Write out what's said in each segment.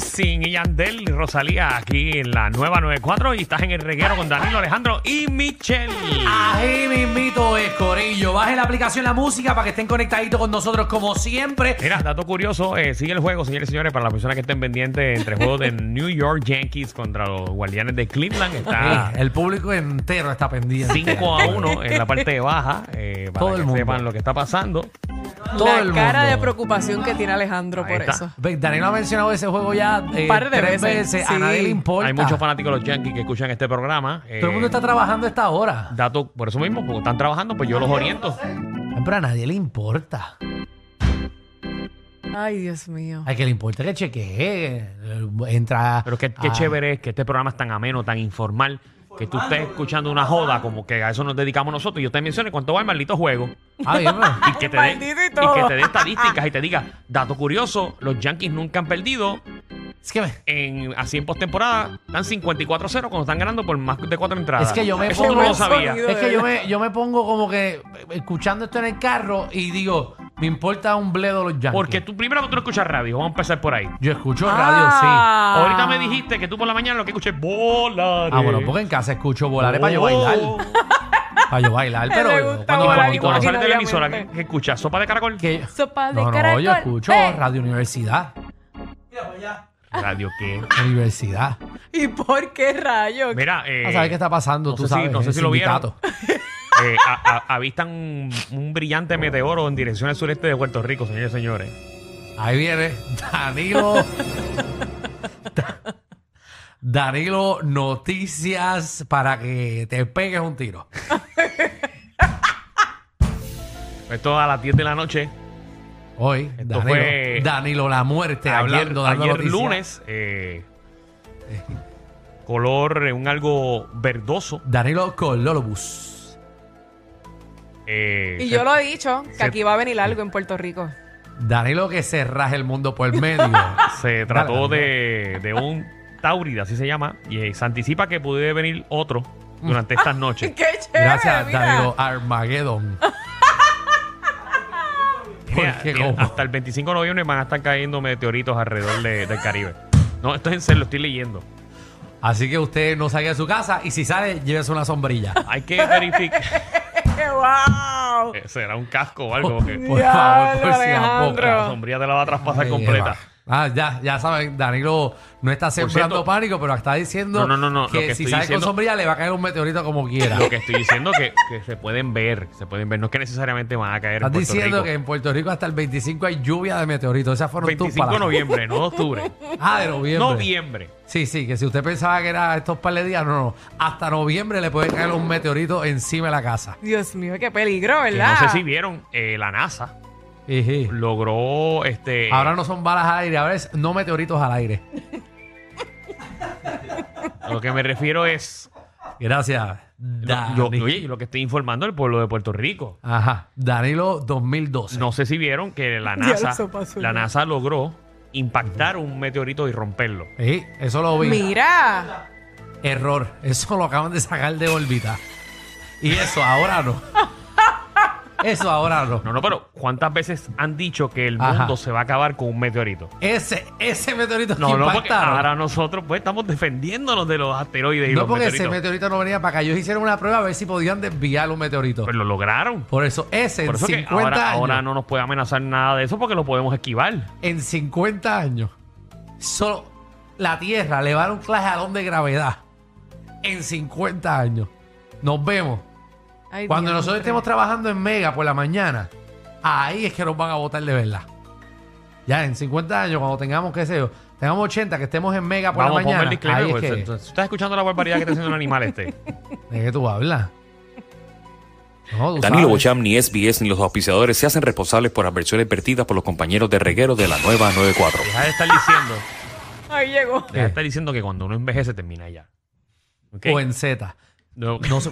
Wisin y Yandel y Rosalía aquí en la nueva 94 y estás en el reguero con Danilo Alejandro y Michelle. Ahí mismito es, Corillo. Baje la aplicación La Música para que estén conectaditos con nosotros como siempre. Mira, dato curioso, eh, sigue el juego, señores y señores, para las personas que estén pendientes entre el juego de New York Yankees contra los Guardianes de Cleveland. Está Eh, El público entero está pendiente. 5 Ah. a 1 en la parte baja, eh, para Todo el que mundo. sepan lo que está pasando. Todo la el cara mundo. de preocupación que tiene Alejandro Ahí por está. eso. Ve, Danilo ha mencionado ese juego ya eh, par de tres veces. veces, A sí. nadie le importa. Hay muchos fanáticos de los Yankees que escuchan este programa. eh, Todo el mundo está trabajando a esta hora. Dato, por eso mismo, porque están trabajando, pues yo los oriento. Ay, Pero a nadie le importa. Ay, Dios mío. Hay que le importa que chequee. eh, Entra. Pero qué, qué a- chévere es que este programa es tan ameno, tan informal, que tú estés escuchando una joda, como que a eso nos dedicamos nosotros. Y yo te mencioné cuánto va el maldito juego. Ah, bien, pero- Y que te dé Maldito y y todo. que te dé estadísticas y te diga, dato curioso, los Yankees nunca han perdido es que me- en, así en postemporada. Están 54-0 cuando están ganando por más de cuatro entradas. Es que yo me Eso tú pongo- no lo sabía. sonido. Es que yo me, yo me pongo como que eh, escuchando esto en el carro y digo, me importa un bledo los Yankees. Porque tú primero que tú no escuchas radio, vamos a empezar por ahí. yo escucho radio, sí. Ah. Ahorita me dijiste que tú por la mañana lo que escuché es volar. Ah, bueno, porque en casa escucho volaré para yo bailar. Oh. Para yo bailar, Me pero gusta cuando, volar cuando- Y cuando Imagino, sales de la emisora, ¿qué obviamente. qué escuchas? ¿Sopa de Eh. caracol? que yo- Sopa de no, no, caracol. yo escucho Ve. Radio Universidad. Radio qué. Universidad. ¿Y por qué rayos? Mira, eh, a saber qué está pasando, no tú sé si- sabes. no sé ese si lo vieron. sindicato. eh, a- a- avistan un, un brillante meteoro en dirección al sureste de Puerto Rico, señores y señores. Ahí viene Danilo. Da- Danilo, noticias para que te pegues un tiro. Esto a las 10 de la noche. Hoy, Esto Danilo, fue- Danilo, la muerte, hablando ayer dando ayer noticias. lunes, eh, color, eh, un algo verdoso. Danilo Cololobus. eh, se- y yo lo he dicho, que se- aquí va a venir algo en Puerto Rico. Danilo que se raje el mundo por el medio. Se trató de, de un Taurida, así se llama. Y eh, se anticipa que pudiera venir otro durante estas noches. Mm. ¡Qué chévere! Gracias, mira. Danilo Armageddon. Mira, Porque mira, como- hasta el 25 de noviembre van a estar cayendo meteoritos alrededor de- del Caribe. No, esto es en serio, lo estoy leyendo. Así que usted no salga de su casa y si sale, llévese una sombrilla. Hay que verificar. ¡Qué wow! Eh, Será un casco o algo. que Por Ya, favor, por si a Alejandro. poco. la sombrilla te la va a traspasar completa. Ah, ya, ya saben, Danilo no está sembrando cierto- pánico, pero está diciendo No, no, no, no, lo que, que si estoy sale diciendo- con sombrilla le va a caer un meteorito como quiera. Lo que estoy diciendo que, que se pueden ver, se pueden ver. No es que necesariamente van a caer. en Estás Puerto diciendo Rico. que en Puerto Rico hasta el 25 hay lluvia de meteoritos. Esas fueron tus 25 de palabras. noviembre, no de octubre. Ah, de noviembre. Noviembre. Sí, sí, que si usted pensaba que era estos par de días, no, no. Hasta noviembre le puede caer un meteorito encima de la casa. Dios mío, qué peligro, Que ¿verdad? no sé si vieron, eh, la NASA Ijí. logró este. Ahora no son balas al aire, ahora es no meteoritos al aire. a Lo que me refiero es. Gracias. Dani. Yo, oye, yo lo que estoy informando es el pueblo de Puerto Rico. Ajá. Danilo 2012. No sé si vieron que la Ya NASA, eso pasó la ya. NASA logró impactar un meteorito y romperlo. Sí, eso lo vi. Mira, Error. Eso lo acaban de sacar de órbita. Y eso ahora no. Eso ahora no. No, no, pero ¿cuántas veces han dicho que el Ajá. mundo se va a acabar con un meteorito? Ese, ese meteorito que No, no, porque impactaron. ahora nosotros pues estamos defendiéndonos de los asteroides y No, los porque meteoritos. ese meteorito no venía para acá. Ellos hicieron una prueba a ver si podían desviar un meteorito. Pues lo lograron. Por eso, ese en Por eso que 50 ahora, años. ahora no nos puede amenazar nada de eso porque lo podemos esquivar. En 50 años. Solo la Tierra le va a dar un clajalón de gravedad. En 50 años. Nos vemos. Ay, Cuando Dios, nosotros hombre. estemos trabajando en Mega por la mañana, ahí es que nos van a votar de verdad. Ya en 50 años, cuando tengamos, qué sé yo, tengamos 80, que estemos en Mega por Vamos a la mañana. poner el disclaimer. ahí es pues, que, entonces, Estás escuchando la barbaridad que está haciendo un animal este. ¿De qué tú hablas? No, tú Danilo sabes. Bocham, ni SBS, ni los auspiciadores se hacen responsables por adversiones vertidas por los compañeros de reguero de la nueva 94. Deja de estar diciendo, Ahí llegó. Eh. deja de estar diciendo que cuando uno envejece termina ya. ¿Ok? O en Z. No, No sé.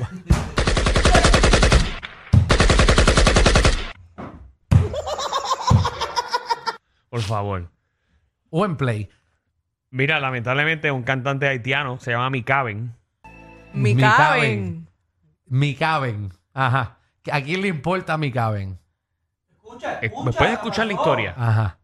por favor. O en Play. Mira, lamentablemente un cantante haitiano se llama Mikaben. Mi Mi caben. Mi caben. Ajá. ¿A quién le importa mi caben? Eh, ¿Me puedes escuchar la historia? Ajá.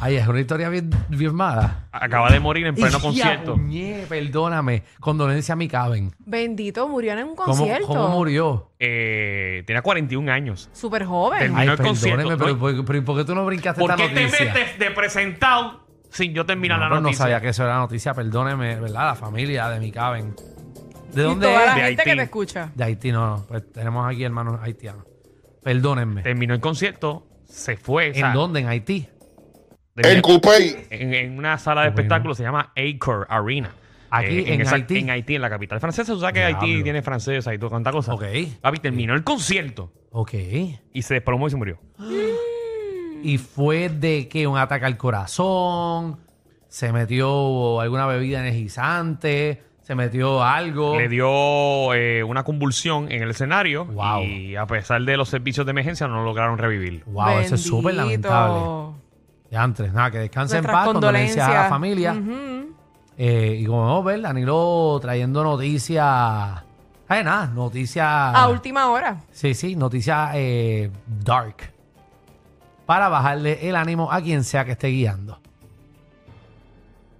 Ay, es una historia bien, bien mala. Acaba de morir en pleno Ijia, concierto. puñe, perdóname. Condolencia a mi caben. Bendito, murió en un ¿Cómo, concierto. ¿Cómo murió? Eh, tenía 41 años. Súper joven. Terminó Ay, el concierto, perdóneme, ¿no? pero, pero- pero ¿por qué tú no brincaste ¿Por esta qué te noticia? metes de presentado sin yo terminar no, la pero no noticia? sabía que eso era noticia, perdóneme, ¿verdad? La familia de mi caben. ¿De dónde y toda la es? De gente que Haití. te escucha. De Haití, no, no. Pues tenemos aquí hermanos haitianos. Perdónenme. Terminó el concierto, se fue. o sea, ¿En dónde? ¿En Haití? de- El Coupé. en, en una sala de Bueno. espectáculos, se llama Acor Arena. Eh, Aquí, en Haití. En Haití, en la capital francesa. Tú sabes que Haití Diablo. tiene francés y todo, tanta cosa. Ok. Papi, terminó el concierto Ok. y se desplomó y se murió. ¿Y fue de que un ataque al corazón? ¿Se metió alguna bebida energizante? ¿Se metió algo? Le dio eh, una convulsión en el escenario Wow. y a pesar de los servicios de emergencia no lograron revivir. Wow, eso es súper Bendito. lamentable. Ya antes, nada, que descanse en Nuestras paz, condolencias a la familia. condolencias. Ujú. Eh, y como vamos a ver, Danilo trayendo noticias. Ay, nada, noticias. A última hora. Sí, sí, noticias eh, dark. Para bajarle el ánimo a quien sea que esté guiando.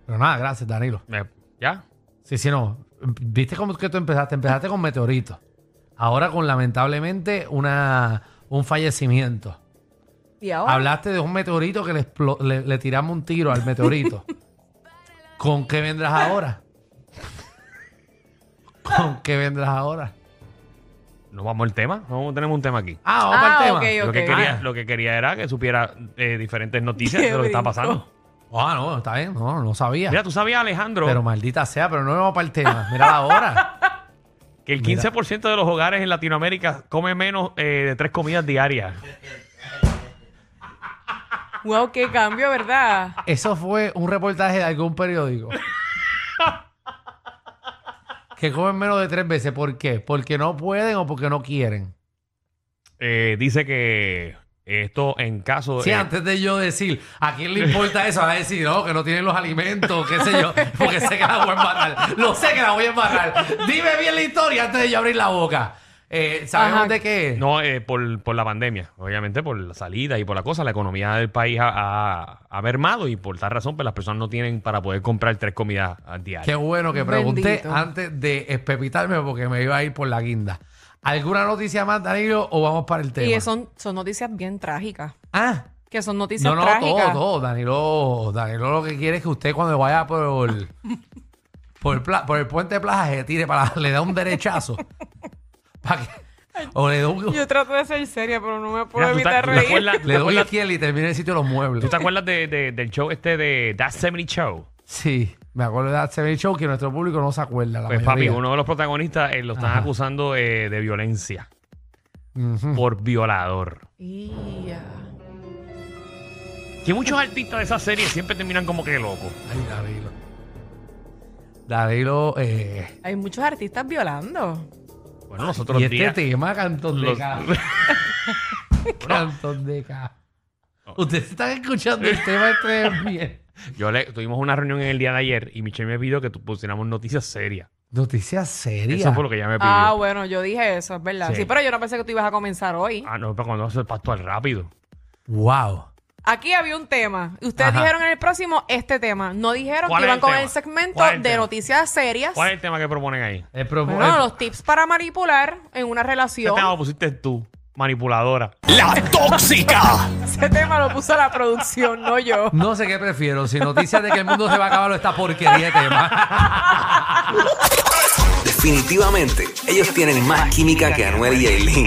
Pero nada, gracias, Danilo. Eh, ¿Ya? Sí, sí, no. ¿Viste cómo es que tú empezaste? Empezaste con meteoritos. Ahora con, lamentablemente, una, un fallecimiento. Y ahora. Hablaste de un meteorito que le, explo- le- le tiramos un tiro al meteorito. ¿Con qué vendrás ahora? ¿Con qué vendrás ahora? ¿No vamos al tema? No tenemos un tema aquí. Ah, vamos Ah, para el tema. ok, ok. Ah. Lo, que quería, lo que quería era que supiera eh, diferentes noticias Qué de lo que está brinco. pasando. Ah, no, está bien. No, no sabía. Mira, tú sabías, Alejandro, Pero maldita sea, pero no vamos para el tema. Mira la hora. que el mira. 15% de los hogares en Latinoamérica come menos eh, de tres comidas diarias. Wow, qué cambio, ¿verdad? Eso fue un reportaje de algún periódico. Que comen menos de tres veces. ¿Por qué? ¿Porque no pueden o porque no quieren? Eh, dice que esto en caso eh, de... Sí, antes de yo decir, ¿a quién le importa eso? A decir, no, que no tienen los alimentos, qué sé yo, porque sé que la voy a embarrar. Lo sé que la voy a embarrar. Dime bien la historia antes de yo abrir la boca. Eh, ¿Sabemos Ajá. de qué? es? No, eh, por, por la pandemia. Obviamente, por la salida y por la cosa, la economía del país ha, ha- ha mermado y por tal razón, pues las personas no tienen para poder comprar tres comidas ah, diarias. Qué bueno que pregunté Bendito. antes de espepitarme porque me iba a ir por la guinda. ¿Alguna noticia más, Danilo, o vamos para el tema? Y son, son noticias bien trágicas. Ah, Que son noticias no, no, todo, trágicas. todo. Danilo, Danilo lo que quiere es que usted cuando vaya por, por, el, pla- por el puente de plaza se tire para, le da un derechazo. Pa' que- o le, doy un- Yo trato de ser seria, pero no me puedo Mira, ¿tú te- evitar tú te reír. acuerdas- tú te le doy la acuerdas- izquierda y termina en el sitio de los ¿Tú muebles. te acuerdas de- de- del show este de That 70 Show? Sí, me acuerdo de HB Show que nuestro público no se acuerda. la Pues papi, mayoría. uno de los protagonistas eh, lo están Ajá. acusando eh, de violencia Ujú. por violador. Ia. Que muchos artistas de esa serie siempre terminan como que locos. Ay, Danilo. Danilo, eh, Hay muchos artistas violando. Bueno, nosotros y este días... tema, Cantón de los- K. Cantón de K. Ustedes están escuchando el tema este de mierda. Yo le, tuvimos una reunión en el día de ayer y Michelle me pidió que tu- pusiéramos noticias serias. Noticias serias. Eso fue lo que ella me pidió. Ah, Ah, bueno, yo dije eso, es verdad. Sí. Sí. pero yo no pensé que tú ibas a comenzar hoy. Ah. Ah, no, pero cuando hace el pacto al rápido. Wow. Aquí había un tema. Y Ustedes Ajá. dijeron en el próximo este tema. No dijeron ¿Cuál es que iban el con tema? el segmento ¿Cuál es el de tema? noticias serias. ¿Cuál es el tema que proponen ahí? El pro- Bueno, el- los tips para manipular en una ¿Qué relación. tema lo pusiste tú, manipuladora? La tóxica. Ese tema lo puso la producción, no yo. No sé qué prefiero, si noticias de que el mundo se va a acabar o esta porquería de tema. Definitivamente, ellos tienen más química que Anuel y Aileen.